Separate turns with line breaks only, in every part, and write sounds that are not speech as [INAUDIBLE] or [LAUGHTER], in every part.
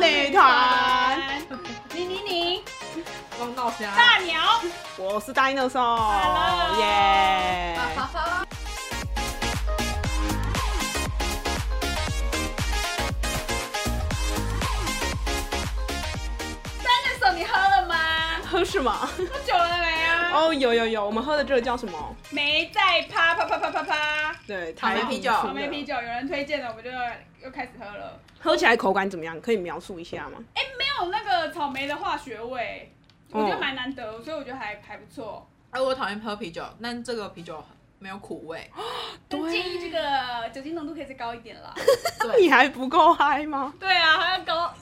女团，
你你你，
刚闹虾，
大鸟，
我是 Dinosaur，
Hello
耶！
哈哈，
那首你喝了吗？
喝 [LAUGHS] 是吗？
喝酒了没啊？
哦，有有有，我们喝的这个叫什么？
没在啪啪啪啪啪啪。
对，
草莓
台啤
啤酒
出的
草莓哦啤酒，有人推荐的，我们就又开始喝了。
喝起来口感怎么样？可以描述一下吗？
哎、没有那个草莓的化学味，我觉得
哦
蛮难得，所以我觉得还还不错。
哎，我讨厌喝啤酒，但这个啤酒没有苦味，
但
对
建议这个酒精浓度可以再高一点啦。
你还不够嗨吗？
[LAUGHS] 对啊，还要高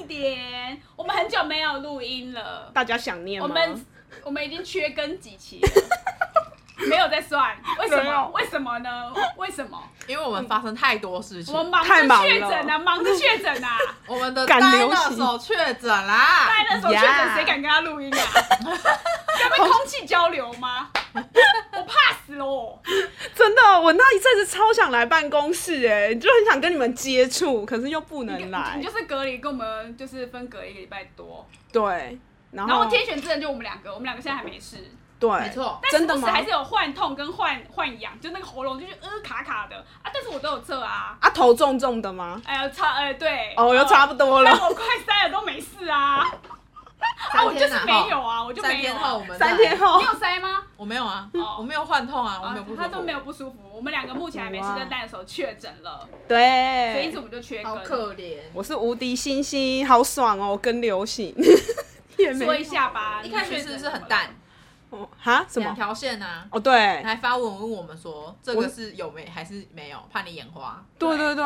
一点。我们很久没有录音 [LAUGHS] 了，
大家想念
我
吗？
们我们已经缺更几期了， [LAUGHS] 没有在算，为什
没
么
有？
为什么呢？为什么？
因为我们发生太多事情
我，们忙
太忙
着
了
确诊啊，忙着确诊 [LAUGHS] 啊，
我们的
敢
单
流
乐
行
手确诊啦，
戴那时候确
Yeah
诊，谁敢跟他录 [LAUGHS] 音啊？要被空气交流吗？ [LAUGHS] 我怕死哦！
真的，我那一阵子超想来办公室、哎，就很想跟你们接触，可是又不能来
你。就是隔离，跟我们就是分隔一个礼拜多。
对，然
然
后
后天选之人就我们两个，我们两个现在还没事，
对，
没错
但
真的
时不
吗
时？还是有幻痛跟幻幻痒，就那个喉咙就是呃卡卡的啊，但是我都有测啊，
啊，头重重的吗？
哎呀差哎对，
哦，又差
不
不多了。
但我快塞了都没事
[LAUGHS]
啊，啊
三
我就
天
是
啊
没有啊，我就
三
没有
天
啊。
后我们再
三天后
你有塞吗？
我没有啊
哦，
我没有患痛啊，我没有
啊
不，舒服，
他都没有不舒服。我们两个目前还没事
哇，
但那时候确诊了，所以
对
一直，我们就缺
好
更。
可怜。
我是无敌星星，好爽哦，跟流行 [LAUGHS] 也
说一
没
下吧，
一开始是不是很淡？
哦哈什
两
么
条线啊，
哦对
你还发文问我们说这
我
个是有没还是没有，怕你眼花。
对对对，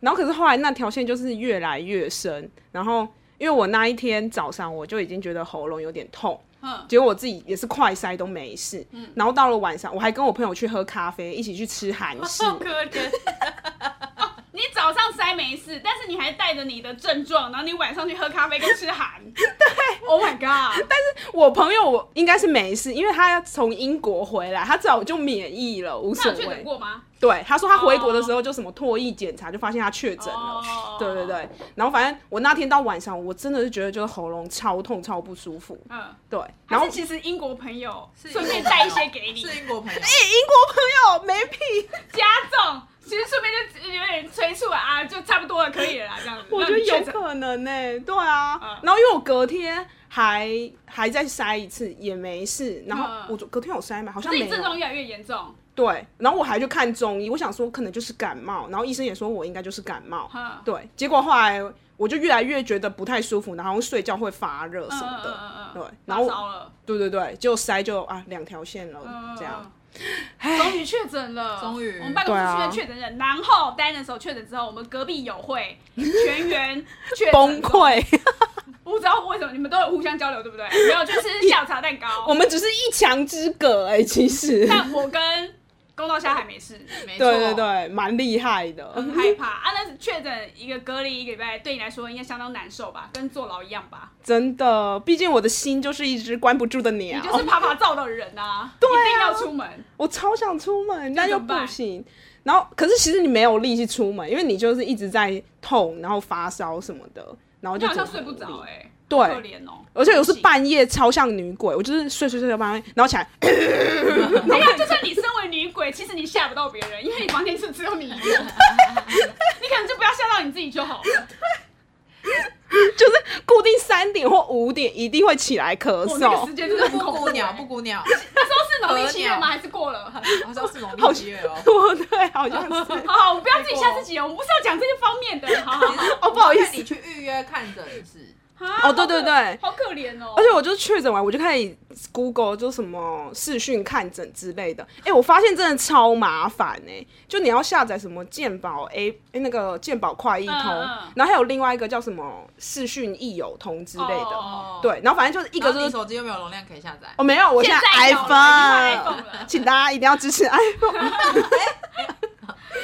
然后可是后来那条线就是越来越深，然后因为我那一天早上我就已经觉得喉咙有点痛，
嗯，
结果我自己也是快塞都没事，然后到了晚上我还跟我朋友去喝咖啡，一起去吃韩
[LAUGHS]
式，
好可怜。哦你早上塞没事，但是你还带着你的症状，然后你晚上去喝咖啡跟吃
[LAUGHS]
韩。对，Oh my god！
我朋友我应该是没事，因为他从英国回来，他早就免疫了，无
那
所
有确诊
谓。
过吗？
对，他说他回国的时候就什么唾液检查，就发现他确诊了。
哦
哦对对对，然后反正我那天到晚上，我真的是觉得就是喉咙超痛、超不舒服。
嗯，
对，
然
然后
后其实英国朋友
是
顺便带一些给你，
是英国朋友，
哎、英国朋友没屁，
加重，其实顺便就有点催促啊，就差不多了，可以了啦，这样子。
[LAUGHS] [LAUGHS] 我
让
觉得
你确
有
诊
可能呢、对啊，
嗯
然后因为我隔天还还再筛一次也没事，
嗯
然后我就隔天有筛嘛，好像
自
没
己症状
有。
越来越严重。
对，然后我还去看中医，我想说可能就是感冒，然后医生也说我应该就是感冒。
嗯，
对，结果后来我就越来越觉得不太舒服，然后好像睡觉会发热什么的。
嗯嗯嗯嗯嗯
对，然
发
后
烧了，
对对对，就塞就啊两条线了，
嗯，
这样。
嗯。终于确诊了，
终于
我们办公室
对
出
啊
现确诊人，然后单人手确诊之后，我们隔壁友
[LAUGHS]
会全员确诊
崩。溃，
我不知道为什么你们都有互相交流，对不对？没有，就是下午茶蛋糕。
[LAUGHS] 我们只是一墙之隔哎、其实，
[LAUGHS] 但我跟公道虾还没事，
没
对对
错，
对，蛮厉害的。
很害怕啊。但是确诊一个隔离一个礼拜，对你来说应该相当难受吧，跟坐牢一样吧。
[LAUGHS] 真的，毕竟我的心就是一只关不住的鸟
你，就是爬爬照的人
哦
啊，一定要出门。
我超想出门，但又
怎么
不
办
行。然后，可是其实你没有力气出门，因为你就是一直在痛，然后发烧什么的，然后
你
就
好像
觉
睡
得
不
很无
着
力
哎、好可
对，
怜哦。
而且有时半夜超像女鬼，我就是睡睡睡到半夜，
[LAUGHS]
然后起来，
没有，就算你身为女鬼，其实你吓不到别人，因为你房间是只有你一个，
[LAUGHS]
你可能就不要吓到你自己就好了。
就是固定三点或五点一定会起来咳
我
嗽。
哦那个
[LAUGHS]
时间真的很
布
恐怖
谷鸟，
欸。
哦
布谷鸟，
那时候是农历七月
和鸟
吗？还是过了？
好像是农历七月哦。
哦，对，好像是。
[LAUGHS] 好好，我们不要自己吓自己哦，我们不是要讲这些方面的。好好好
哦，不好意思
你。去预约看诊是，
啊
哦对对对
好可怜哦。
而且我就确诊完，我就开始 Google 就什么视讯看诊之类的。哎、我发现真的超麻烦哎、就你要下载什么健保 A、诶那个健保快易通，
嗯嗯
然后还有另外一个叫什么视讯易友通之类的。
哦
对，然后反正就是一
一
个
个
就是
是啊手机又没有容量可以下载。
哦，没有，我现在
现在有了已经有
iPhone，
iPhone 了
请大家一定要支持 iPhone。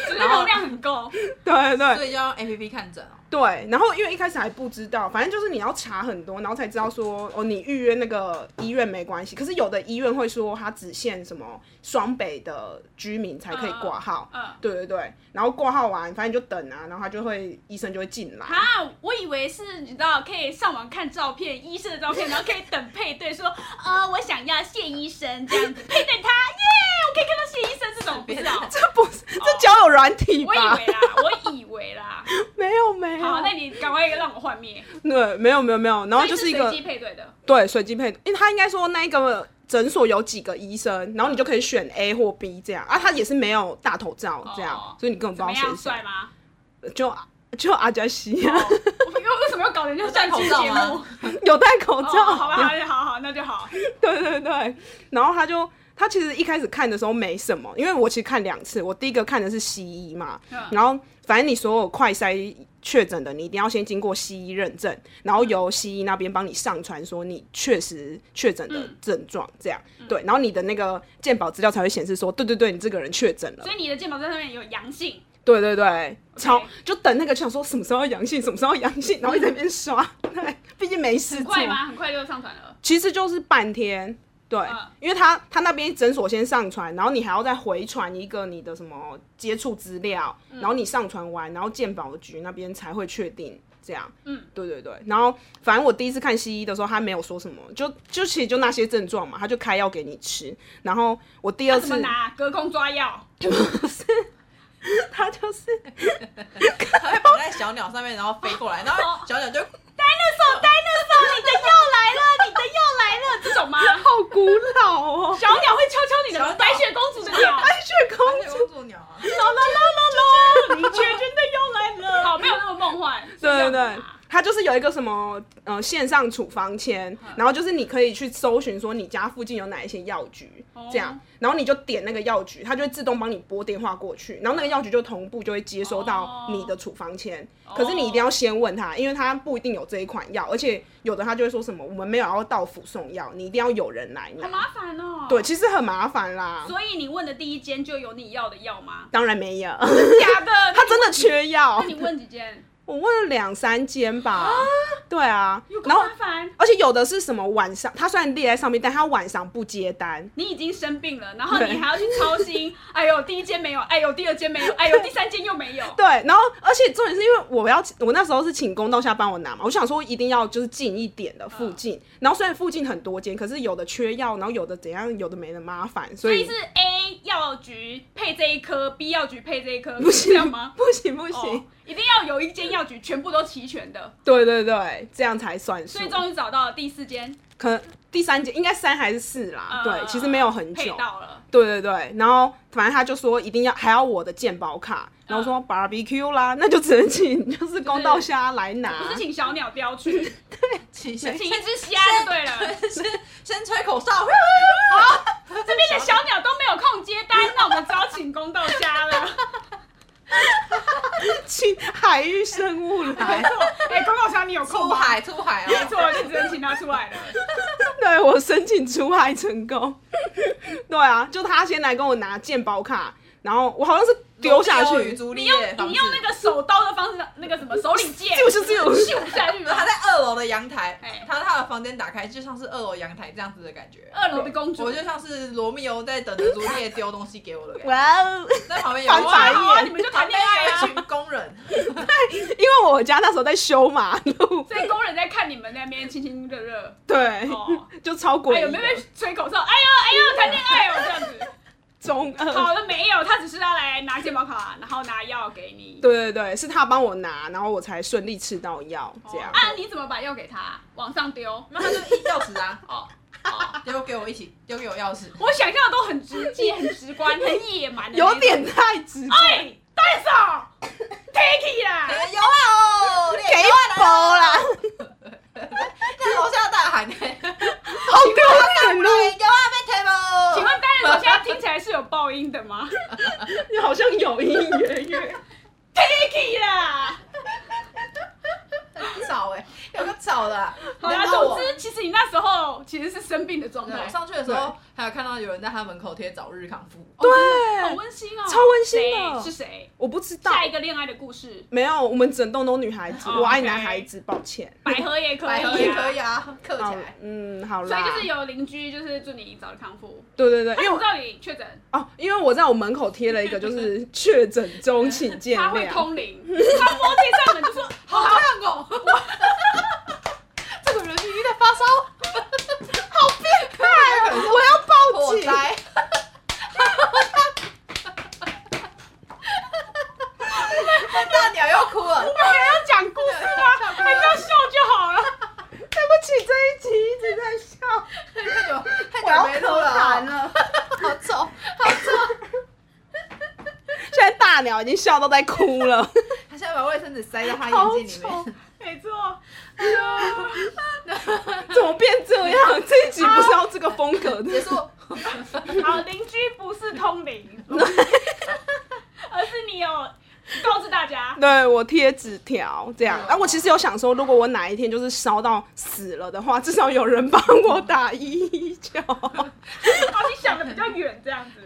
只是容量很够，
对对对
所以要 A P P 看诊哦。
对，然后因为一开始还不知道，反正就是你要查很多，然后才知道说哦，你预约那个医院没关系。可是有的医院会说它只限什么双北的居民才可以挂号，
嗯，
对对对，然后挂号完，反正你就等啊，然后他就会医生就会进来。
啊，我以为是你知道可以上网看照片，医生的照片，然后可以等配对，说呃我想要谢医生这样子配对他，耶，我可以看到谢医生这种，不知
[LAUGHS]
道，
这不是这交友软体
我以
吧？
为啦，我以为啦，
没有没有，
好，那你赶快让我幻灭，
对，没有没有没有，然后就是一
所以
个
随机配对的，
对随机配，因为他应该说那一个诊所有几个医生，然后你就可以选 A 或 B 这样啊，他也是没有大头照这样，
哦
所以你根本
怎
不
么
知道
样，
谁是谁
帅吗？
就啊就阿加西、
哦我为为什么要搞人家相亲
戴
节
口罩
目
吗？
[LAUGHS] 有戴口
哦，
罩，
好吧，好，好好，那就好。
[LAUGHS] 对对对，然后他就他其实一开始看的时候没什么，因为我其实看两次，我第一个看的是西医嘛，
嗯
然后反正你所有快筛确诊的，你一定要先经过西医认证，然后由西医那边帮你上传说你确实确诊的
嗯
症状，这样、对，然后你的那个健保资料才会显示说，对对对，你这个人确诊了
所，以你的健保在上面有阳性，
对对对。超就等那个，就想说什么时候要阳性，什么时候要阳性，然后一直在那边刷， [LAUGHS] 对，毕竟没事
很
做。
快吗？很快就上传了。
其实就是半天，对，
嗯
因为他他那边诊所先上传，然后你还要再回传一个你的什么接触资料，
嗯
然后你上传完，然后健保局那边才会确定这样。
嗯，
对对对。然后反正我第一次看西医的时候，他没有说什么，就就其实就那些症状嘛，他就开药给你吃。然后我第
要
二
怎么
次，
拿？隔空抓药，
[LAUGHS] 他就是
它会绑在小鸟上面，然后飞过
[LAUGHS]
来，然后小鸟
手
就
呆那手，你的药来了，你的药来了，这种吗？
好古老 [LAUGHS]
[LAUGHS]
哦，
小鸟会敲敲你的
小鸟
白雪公主的 [LAUGHS] 鸟，啦
白雪公
[LAUGHS]
主。
公主鸟啊，
啦啦啦啦，你确诊的药来了。好，没有那么梦 [LAUGHS] 幻。是这
对对
样
对
子吗，
它就是有一个什么呃线上处方签，
嗯
然后就是你可以去搜寻说你家附近有哪一些药局
哦，
这样，然后你就点那个药局，它就会自动帮你拨电话过去，然后那个药局就同步就会接收到
哦
你的处方签。可是你一定要先问他，因为他不一定有这一款药，而且有的他就会说什么我们没有要到府送药，你一定要有人来拿
很。麻烦哦。
对，，其实很麻烦啦。？
所以你问的第一间就有你要的药吗 [LAUGHS]
当然没有， [LAUGHS]
假的，
他真的缺药
那。 [LAUGHS] 你问几间？
我问了两三间吧，对啊
有，够
然后
麻烦。
而且有的是什么晚上，他虽然列在上面，但他晚上不接单。
你已经生病了，然后
对
你还要去操 [LAUGHS] 心，哎呦，第一间没有，哎呦，第二间没有，哎呦，第三间又没有，
对，然后而且重点是因为我要我那时候是请公道下帮我拿嘛，我想说一定要就是近一点的附近，
嗯
然后虽然附近很多间，可是有的缺药，然后有的怎样，有的没的麻烦，所
所以
以
是 A 药局配这一颗，B 药局配这一颗，
不
是这
行
样吗？
不行不行， [LAUGHS]
哦，一定要有一间药局全部都齐全的，
对对对，这样才算数
所。以终于找到了第四间，
可能第三间应该三还是四啦，
呃
对，其实没有很
配
久。
到了，
对对对，然后反正他就说一定要还要我的健保卡，然后
嗯
说 barbecue 啦，那就只能请就是公道虾来拿，
不是请小鸟叼
[LAUGHS]
去，请
[LAUGHS] 请先
一只虾就对了，
先先吹口哨，
这边的小鸟都没有空接单，那我们只好请公道虾
[LAUGHS]
了。
请海域生物来。
哎，公道虾你有空
出
吗？
海出海
没
哦，
错，你只能请它出来了。
对我申请出海成功。对啊，就他先来跟我拿健保卡，然后我好像是丢下
罗密欧与
去，
朱丽
你用
叶，
你用那
个，
个手刀的方式，那个什么手里剑，
[LAUGHS] 就是这种
咻下去
然后他
了。
在二楼的阳
哎嗯
台，他他的房间打开，就像是二楼阳台这样子的感觉。
二楼的公主，
我就像是罗密欧在等着朱丽叶丢东西给我的感觉，
哇哦！
在旁边有
翻
哇
白
好啊，
眼
你们就谈
旁
恋
边
爱啊
有。一群工人，
因为我家那时候在修马路，
所以工人在看你们那边亲亲热热，
对，
哦，
就超诡
哎有
异
没有
的。
被吹口哨？哎呦哎呦，谈恋爱哦这样子。
中二，
[LAUGHS] 好了没有，他只是要来拿健保卡，然后拿药给你。
对对对，是他帮我拿，然后我才顺利吃到药，这样
哦。啊，你怎么把药给他？往上丢。
那他就一钥匙啊，
哦哦，
丢给我一起，丢给我钥匙。
我想象的都很直接、很直观、很野蛮的那种。
有点太直接，
哎，带手，take it 啦！
哎有啊
[LAUGHS]
哦，
给包啦，
在楼下大喊呢，欸
好丢脸哦！
有啊被 table。
请问单人手现在听起来是有爆音的吗
你好像有音乐乐，
？take it 啦！
[LAUGHS] 吵哎、欸，有个吵的、啊。
好啦，
然后
总
我
之，其实你那时候其实是生病的状
嗯对我哦
态。
上去的时候，还有看到有人在他门口贴早日康复，
对
对
好温馨哦，
超温馨的
谁是谁？
我不知道，
下一个恋爱的故事，
没有，我们整栋都女孩子，
哦
我爱
OK
男孩子，抱歉。
百合也可以、啊，
百合也可以啊，刻起
好
来，。
嗯，好
所
啦。
以就是有邻居就是祝你早日康复，
对对对，
他
因
怎
为
么
我
知道你确诊？
哦，因为我在我门口贴了一个，就是
[LAUGHS]
确诊中，请见
他会
谅。
通灵，他摸进上门就说
好漂亮哦！ [LAUGHS] 这个人明明在发烧，
哎我要报
火
警！
[LAUGHS] 灾。大鸟要哭了，
要讲故
[LAUGHS]
事吗？还是要笑就好了。
哎对不起，这一集一直在笑，
太久太
我要
久没录
口
啊
痰了。
[LAUGHS] 好丑。
现在大鸟已经笑到在哭
[LAUGHS]
了。
他现在把卫生纸塞到他眼睛里
好丑。
面
没错，哎
怎么变这样？这一集不是要这个风格
结
的。
束，
好，邻居不是通灵，而是你有告知大
[LAUGHS]
家，
对我贴纸条这样，
嗯
然、后我其实有想说，如果我哪一天就是烧到死了的话，至少有人帮
嗯
我打一九。 [LAUGHS]
哦，你想的比较远这样子。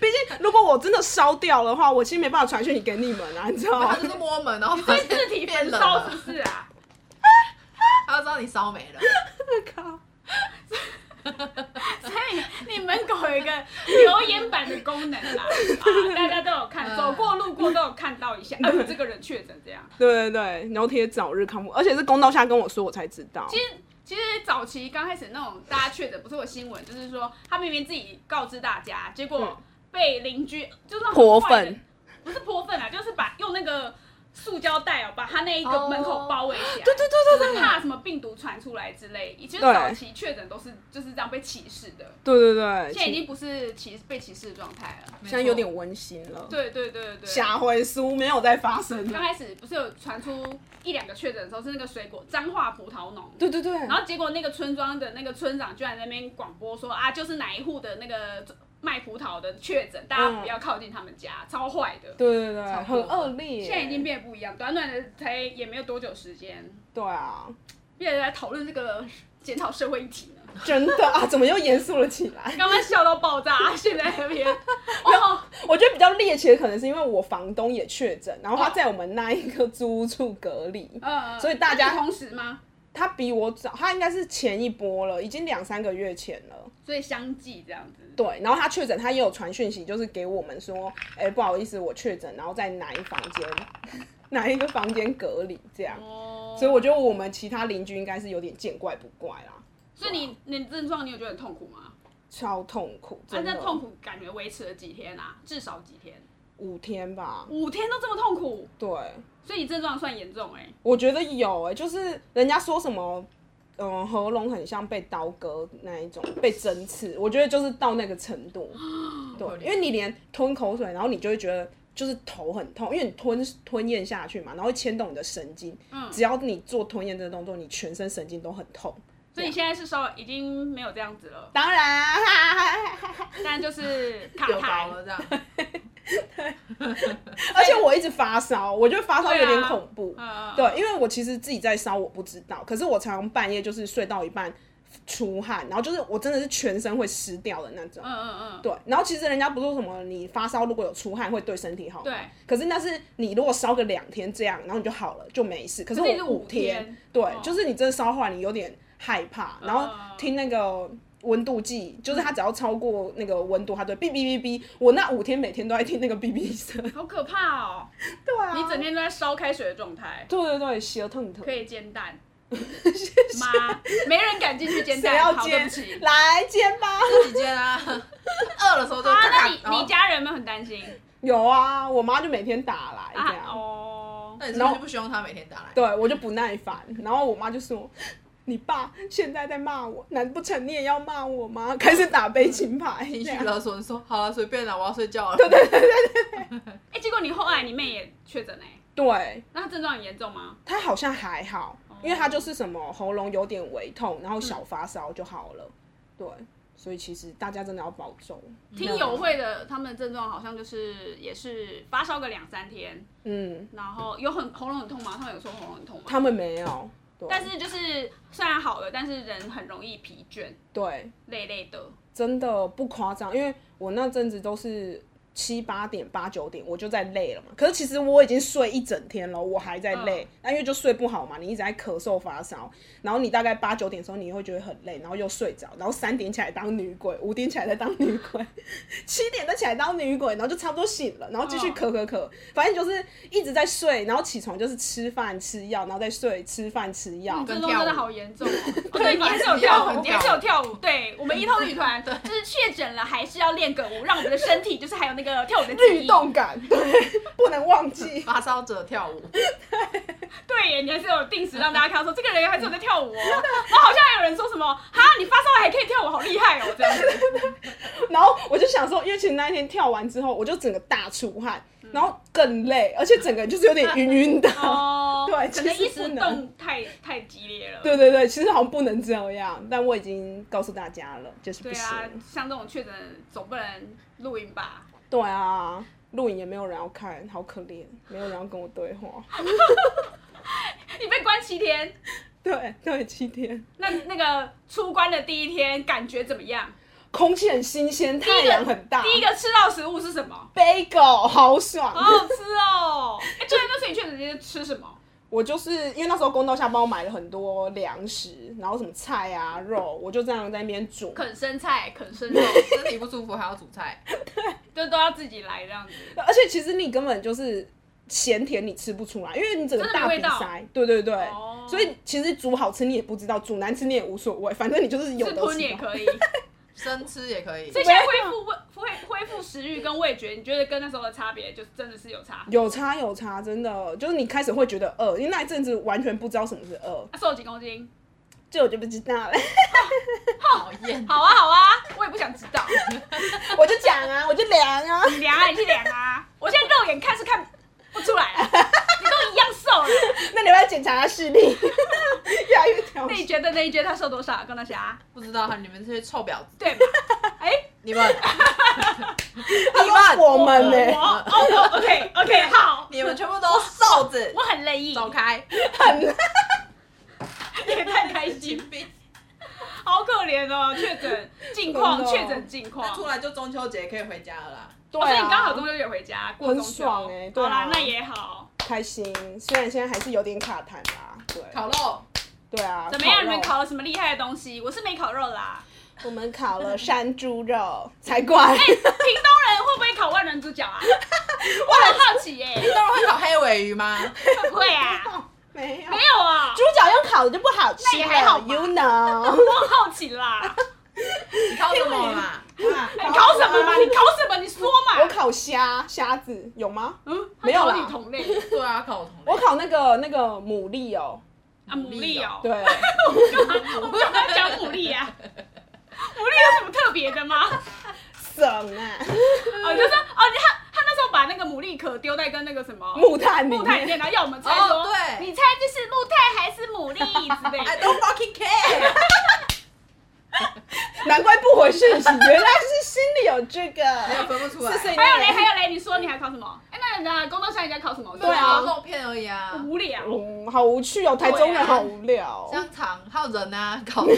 毕竟如果我真的烧掉的话，我其实没办法传讯息给你们啊，你知道
他
吗
就？是摸门，然后
这字体
变
焚
冷
烧
了
是，不是啊？
他就知道你烧没了。
靠！
所以你 [LAUGHS] 门口有一个留言板的功能啦，啊，大家都有看，
嗯
走过路过都有看到一下，呃，这个人确诊这样。
对对对，然后贴早日康复，而且是公道下跟我说，我才知道
其。实其实早期刚开始那种大家确诊不是有新闻，就是说他明明自己告知大家，结果被邻居就是那种
泼
坏人
粪，
不是泼粪啊，就是把用那个塑胶袋哦，把他那一个
哦
门口包围起来。
对对对
就
对对
是怕什么病毒传出来之类，其实
对
早期确诊都
嗯
是就是这样被歧视的，
对对对，
现在已经不是歧被歧视的状态了。
[LAUGHS] 现在有点温馨了。
对对对对对。
下回书没有再发生
刚
了。
开始不是有传出一两个确诊的时候是那个水果彰化葡萄农，
对对对， [LAUGHS]
然后结果那个村庄的那个村长居然在那边广播说啊，就是哪一户的那个卖葡萄的确诊，大家不要靠近他们家，超坏的。
对对对，
差不
很
多
恶劣。
现在已经变得不一样，短短的才也没有多久时间，
对啊，
变得来讨论这个检讨社会议题
[LAUGHS]
呢。
真的啊，怎么又严肃了起来？
刚刚笑到爆炸， [LAUGHS] 现在那
[LAUGHS]
边哦，
我觉得比较猎奇的可能是因为我房东也确诊，然后他在我们那一个租屋处隔离，
嗯，
所以大
那
家
是同时吗？
他比我早，他应该是前一波了，已经两三个月前了。
所以相继这样子，
对，然后他确诊，他也有传讯息，就是给我们说，哎、不好意思，我确诊，然后在哪一房间， [LAUGHS] 哪一个房间隔离这样。
哦，
所以我觉得我们其他邻居应该是有点见怪不怪啦，
所以你你症状你有觉得很痛苦吗？
超痛苦，
啊那
真
那
的
痛苦感觉维持了几天啊？至少几天？
五天吧。
五天都这么痛苦，
对，
所以你症状算严重哎、
啊
我觉得有哎、就是人家说什么。嗯，喉咙很像被刀割那一种，被针刺，我觉得就是到那个程度。对，因为你连吞口水，然后你就会觉得就是头很痛，因为你吞吞咽下去嘛，然后会牵动你的神经。嗯，只要你做吞咽这个动作，你全身神经都很痛。
所以你现在是稍微已经没有这样子了，
当然、啊，
但就是卡
有
痰
包了这样，
而且我一直发烧，我觉得发烧有点恐怖。
啊嗯，
对，啊因为我其实自己在烧，我不知道。可是我常常半夜就是睡到一半出汗，然后就是我真的是全身会湿掉的那种。
嗯嗯嗯，
对，然后其实人家不是说什么你发烧如果有出汗会对身体好吗？
对。
可是那是你如果烧个两天这样，然后你就好了，就没事。可是
可是你是
我
五
五天，
天
对，
哦嗯
就是你真的烧坏，你有点害怕。然后听那个温度计，就是它只要超过那个温度，它就会哔哔哔哔。我那五天每天都在听那个哔哔声。
好可怕哦！
对啊，
你整天都在烧开水的状态，
对对对，血腾腾
可。以煎
[LAUGHS]
蛋。妈，没人敢进去煎
谁
蛋，[LAUGHS]
要
好，对
煎
不
[LAUGHS]
起？。啊
来煎吧。
这几件啊， [LAUGHS] 饿的时候就
啊，
咔
那
咔。
你
然后
你家人有没有很担心
有啊，我妈就每天打来这
啊？
样。
哦，
那你是不是不希望他每天打来？
对我就不耐烦，然后我妈就说：“你爸现在在骂我，难不成你也要骂我吗？”开始打悲情牌，
情
这
绪
样
勒索，你说好了，随便了，我要睡觉了。对对，
哎，结果你后来你妹也确诊哎，
对
那她症状很严重吗？
她好像还好，
哦
因为她就是什么喉咙有点微痛，然后小发烧就好了。对，所以其实大家真的要保重。
嗯
听友会的他们的症状好像就是也是发烧个两三天，
嗯，
然后有很喉咙很痛吗？他们有说喉咙很痛吗？
他们没有，对
但是就是虽然好了，但是人很容易疲倦、
对，
累累的。
真的不夸张，因为我那阵子都是七八点、八九点我就在累了嘛。可是其实我已经睡一整天了，我还在累
嗯。
那、因为就睡不好嘛，你一直在咳嗽发烧，然后你大概八九点的时候你会觉得很累，然后又睡着，然后三点起来当女鬼，五点起来再当女鬼， [LAUGHS] 七点再起来当女鬼，然后就差不多醒了，然后继
嗯
续咳咳咳，反正就是一直在睡，然后起床就是吃饭吃药，然后再睡吃饭吃药。
这
跟
都
跳
真的
舞
好严重哦！哦对，你还是有跳舞，你还是有跳舞。对我们一通女团，就是确诊了，还是要练个舞，让我们的身体就是还有那个跳舞的记
[LAUGHS] 律
忆。
动感，对，不能忘记。
发烧者跳舞，
对耶，你还是有定时让大家看到说这个人还是有在跳舞哦。然后好像还有人说什么哈，你发烧了还可以跳舞，好厉害哦，这样子。
然后我就想说，因为其实那一天跳完之后，我就整个大出汗，
嗯
然后更累，而且整个人就是有点晕晕的。
[LAUGHS] 哦，
对
可能
其
一
实不
时
能
动太太激烈了。
对对对，其实好像不能这样，但我已经告诉大家了，就是不
对
行。
啊，像这种确诊总不能录音吧？
对啊，录影也没有人要看，好可怜，没有人要跟我
[LAUGHS]
对话。
你被关七天，
对对，七天，
那那个出关的第一天感觉怎么样？
空气很新鲜，
第
太
一个
阳很大。
第一个吃到食物是什么？
bagel 好爽。
好好吃 [LAUGHS] 哦！哎、对，那所以确诊那天吃什么？
我就是因为那时候公道下帮我买了很多粮食，然后什么菜啊肉，我就这样在那边煮。
啃生菜，啃生肉，
身体不舒服还要煮菜，
[LAUGHS] 就都要自己来这样子。
而且其实你根本就是咸甜你吃不出来，因为你整个大鼻
真的没味
塞，对对对，
哦
所以其实煮好吃你也不知道，煮难吃你也无所谓，反正你就是有
吃
的
吞
吃
也
到。
可 [LAUGHS] 以，
生吃也可以
所。以现在恢复胃恢恢复食欲跟味觉，你觉得跟那时候的差别，就是真的是有差。
有差有差，真的就是你开始会觉得饿，因为那一阵子完全不知道什么是饿，
啊、瘦几公斤？
这我就不知道了。
讨厌，
好啊好啊，我也不想知道。 [LAUGHS]
我就讲啊，我就量啊，
你量啊，你去量啊！我现在肉眼看是看不出来啊，你都一样瘦了。
那你要不要检查一下视力， [LAUGHS] 越来越挑
那你
剔。
觉得那一觉他瘦多少？跟那侠
不知道你们这些臭婊子，
[LAUGHS]
对吧？哎、
你们，
他说啊我们呢、
我哦我 OK
[LAUGHS]
OK 好，
你们全部都瘦子
我，很乐意，
走开，
也太开
[LAUGHS]
心，好可怜哦，确诊近况，
真的哦
确诊近
那
况。
出来就中秋节可以回家了啦。
对
哦所以
啊，
你刚好中秋也回家，过
很
中秋
爽欸对啊
好啦，那也好。
开心，虽然现在还是有点卡痰啦。对，
烤肉，
对啊。
怎么样？你们
肉
烤了什么厉害的东西？我是没烤肉啦。
我们烤了山猪肉，才怪！
屏东人会不会烤万人猪脚啊？我很好奇耶、
你当然会烤黑尾鱼吗？
会不会啊？
[LAUGHS] 没有
没有啊、
猪脚用烤的就不好吃了，
那也还好吧
y o u know
[LAUGHS] 我很好奇
[LAUGHS]
啦。
你烤什么啦？
你烤什么嘛？你烤啊什么？你说
我
嘛。
烤虾，虾子有吗？
嗯，
没有啦
他烤你同类
[LAUGHS] 对啊，烤同
我烤那个那个牡蛎哦，
啊，牡蛎哦。
对， [LAUGHS]
我不要讲牡蛎啊。牡蛎有什么特别的吗？
省啊，
哦，就是哦，你他他那时候把那个牡蛎壳丢在跟那个什么
木炭里
木炭里面，
面，
然后要我们猜
哦
说，
对
你猜这是木炭还是牡蛎之类
，I
的。
[LAUGHS]
don't fucking care。
难怪不回讯息，原来是心里有这
没有
个。
分不出
是
来
谁，
还有嘞，还有嘞，你说你还考什么？哎，那人家工作上人家考什么？
对啊
肉片而已啊，
无聊。 [LAUGHS]
嗯，好无趣哦，台中人好无聊。
香肠还有人啊，烤。
谁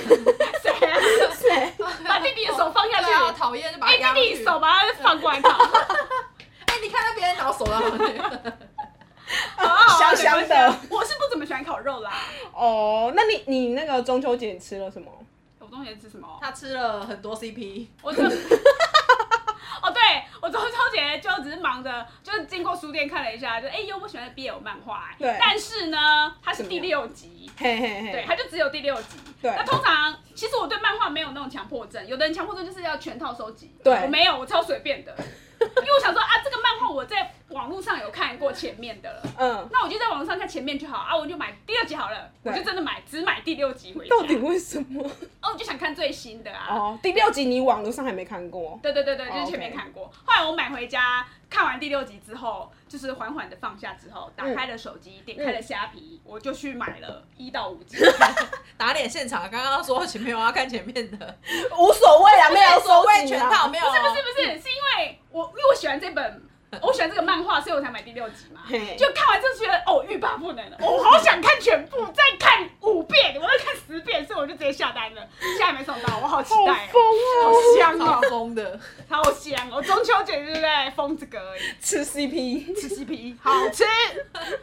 啊？
谁？
把弟弟的手放下去
对。啊，讨厌就把它
哎，
压
弟
上
弟
去。
手把它放过来哦烤，
哎，你看那边，然后手上去。
好啊好啊
香香的
没关系啊我是不怎么喜欢烤肉啦。
哦，那你你那个中秋节你吃了什么？
我中学吃什么？
[LAUGHS] 他吃了很多 CP，
我就。 [LAUGHS] 哦，对，我中秋节就只是忙着，就是经过书店看了一下，就哎呦，我喜欢的 BL 漫画、哎
对
但是呢，它是第六集，
嘿嘿嘿，
对，它就只有第六集。
对
那通常其实我对漫画没有那种强迫症，有的人强迫症就是要全套收集，
对
我没有，我超随便的，因为我想说啊，这个漫画我在网络上有看过前面的了。
嗯，
那我就在网络上看前面就好啊，我就买第六集好了，我
对
就真的买，只买第六集回家。
到底为什么？
哦，我就想看最新的啊。
哦，第六集你网络上还没看过。
对对对对，就
哦
是
，OK
前面看过。后来我买回家，看完第六集之后，就是缓缓的放下之后，打开了手机，点开了虾皮，我就去买了一到五
[LAUGHS]
集。
打脸现场。刚刚说前面我要看前面的，
无所谓啊，没有
所
收
谓
集
全
啦
套，没有。
不是不是不是，是因为我因为我喜欢这本我喜欢这个漫画，所以我才买第六集嘛。
嘿
就看完之后觉得哦，欲罢不能了，我好想看全部，再看五遍，我要看十遍，所以我就直接下单了。现在还没送到，我好期
好
待、哦，
疯哦，
好香
超
哦，
疯的，
超香哦！中秋节对不对？疯这个而已，
吃 CP
吃 CP 好吃，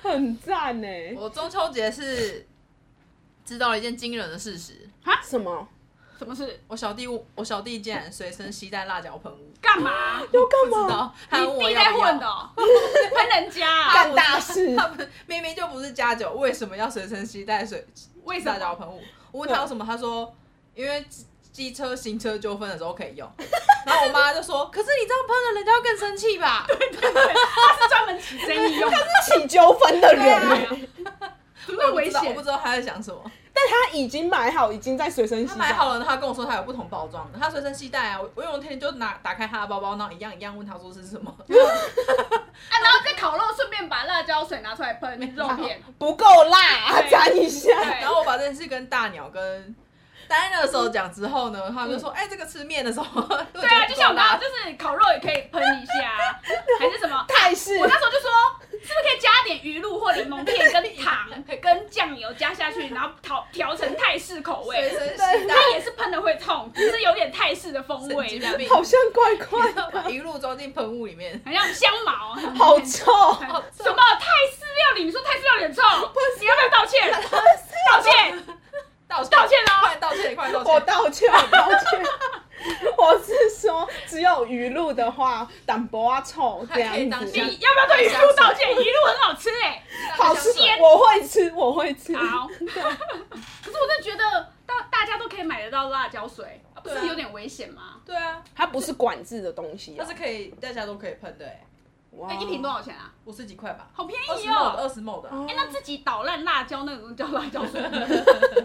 很赞呢。
我中秋节是知道了一件惊人的事实，
什么？
什么事？
我小弟我小弟竟然随身携带辣椒喷雾，
干嘛？
要干
不知
嘛？
道他问
你
我
弟
要
在
不要
混的、 [LAUGHS] 哦，喷人家、啊，
干大事
他不明明就不是加酒，为什么要随身携带水
[LAUGHS] 为什
辣椒
么？
喷雾？我问他有什么，他说因为机机车行车纠纷的时候可以用。然后我妈就说：“可是你这样喷了，人家会更生气 [LAUGHS] 吧？”
他是专门起争议用的，
起纠纷的人
[LAUGHS] 对啊
呢，
[LAUGHS] 怎么那么
我不
危
知道，我
险
不？知道他在想什么。
但他已经买好，已经在随身
他
携
买
带。
好了，他跟我说他有不同包装的，他随身携带啊。我我有一天就拿打开他的包包，然后一样一样问他说是什么。
啊，然后在烤肉顺便把辣椒水拿出来喷肉片，
啊不够辣，
对
沾一下。
对
[LAUGHS] 然后我把这件事跟大鸟跟 dinosaur 讲之后呢，他们就说：“哎、这个吃面的时候，对
对
[LAUGHS]
啊，就像我刚刚就是烤肉也可以喷一下啊，还是什么？
泰式
我那时候就说，是不是可以加点鱼露或柠檬片跟
[LAUGHS]
糖跟酱油加下去，然后调调成泰式口
随
味？
身携带
它也是喷的会痛，只是有点泰式的风味
神
这样
经，病
好像怪怪
[LAUGHS]
的，
一路装进喷雾里面。
很像香茅。
好臭。
很哦什么泰式料理？你说泰式料理很臭，你要不要道歉？道歉，
道歉
道歉哦
快道歉，快道
我
歉！
道歉，我道 [LAUGHS] 歉。我是说，只有鱼露的话，淡薄啊臭这样
还可以当
子
香，
你要不要对鱼露道歉？鱼露很好吃哎、
好吃
香，
我会吃，我会吃。
好，可是我真的觉得大大家都可以买得到辣椒水，啊不
对啊
是有点危险吗？
对啊，
它不是管制的东西、
它
啊，
是可以大家都可以喷的、哎，
哇
哎、一瓶多少钱啊？
五十几块吧，
好便
二十
宜
毛
哦！
的，二十毛的。
哦
哎、那自己捣烂辣椒那种叫辣椒水吗？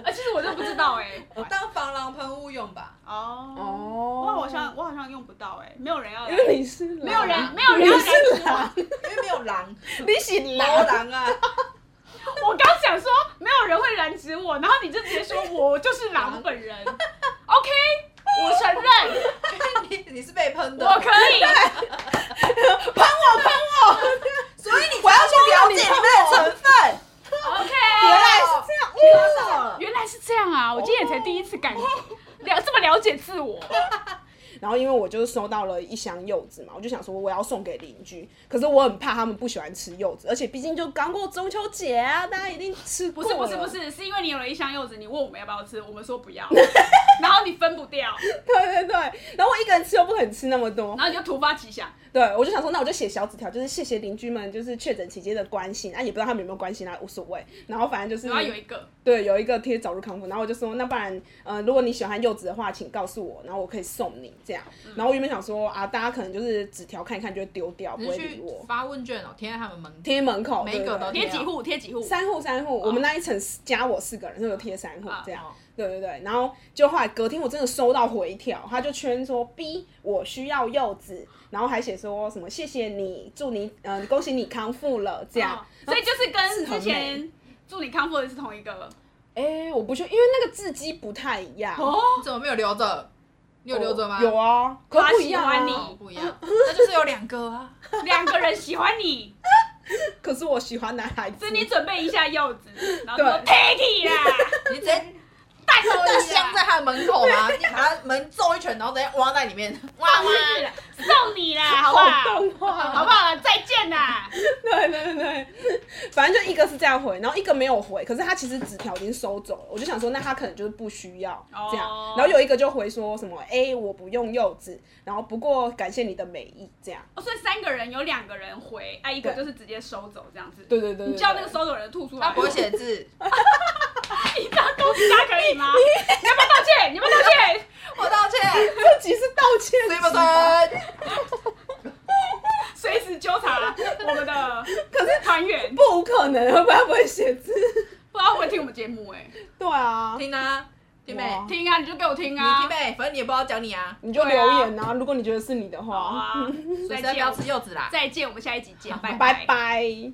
啊，其实我都不知道哎、
当防狼喷雾用吧，
哦，
哦，
我好像我好像用不到哎、没有人要来
因，为你是没
没有人没有人要
你
来
是
吃
狼
我。，
因为没有狼，
[LAUGHS] 你哦是
没有
狼，
狼啊， [LAUGHS]
我刚想说没有人会染指我，然后你就直接说我就是狼本
[LAUGHS]
人。OK，我承认，
你你是被喷的，
我可
[LAUGHS]
以。
喷我喷我， [LAUGHS]
所以你我要去了解你们的成分。
OK，
原来是这样，哇！
原来是这样啊！我今天也才第一次感觉了这么了解自
[LAUGHS]
我。
然后因为我就是收到了一箱柚子嘛，我就想说我要送给邻居，可是我很怕他们不喜欢吃柚子，而且毕竟就刚过中秋节啊，大家一定吃
不
不
是不是不，是，是因为你有了一箱柚子，你问我们要不要吃，我们说不
[LAUGHS]
要，然后你分不掉，
对对对。然后我一个人吃又不肯吃那么多
然，后你就突发奇想，
对我就想说，那我就写小纸条，就是谢谢邻居们，就是确诊期间的关心，啊也不知道他们有没有关心啊，无所谓。然后反正就是
然后有一个
[LAUGHS] 对，啊有一个贴早日康复，然后我就说，那不然，呃，如果你喜欢柚子的话，请告诉我，然后我可以送你这样。然后我原本想说啊，大家可能就是纸条看一看就会丢掉，不
你
会
是
理
去
我。
发问卷哦，贴在他们门口。
贴门口，
每一
对
个
对
都
对
贴几户贴几户，
三户三户，我们那一层加我四个人，就有贴三户
哦啊
这样
哦。
对对对，然后就后来隔天我真的收到回条，他就圈说 B 我需要柚子，然后还写说什么谢谢你，祝你呃恭喜你康复了这样
哦。所以就是
是
跟之
很
前祝你康复的是同一个
哎，我不确，因为那个字迹不太一样。
你怎么没有留着？你哦有留着吗？
有啊，可
他
不一样
喜欢
啊
你。
哦，不一样，那就是有两个啊。
两个人喜欢你，
可是我喜欢男孩子
所以。你准备一下柚子，然后说
对
Teddy 啦，
你直接
蛋
那
糕
箱在他的门口吗？你把他门揍一拳，然后直接挖在里面，哇哇！
送你啦，好不啊
好
好？
动画，
好不好？再见啦！
对对对，反正就一个是这样回，然后一个没有回，可是他其实纸条已经收走了，我就想说，那他可能就是不需要
哦
这样。然后有一个就回说什么，哎、我不用柚子，然后不过感谢你的美意，这样。
哦，所以三个人有两个人回，啊，一个就
对
是直接收走这样子。
对对对对
你叫那个
[LAUGHS]
收走人吐出来。
他不会写字，
你当恭喜他可以吗？你要不要道歉？你要不要道歉？
我道 [LAUGHS] 歉，
这集是道歉
对不
集吧
对？
随时纠察我们的
可是
团员，不
不可能，会不会不会写字？ [LAUGHS]
知道会不会听我们节目哎、
对啊，
听啊，听妹
哇，
听啊，你就给我听
你
啊，
听妹，反正你也不知道讲你啊，
你就留
对啊
言啊，如果你觉得是你的
好
话，
啊，
所
再
以不
见
要，吃柚子啦。
再见，我们下一集见，拜
拜拜。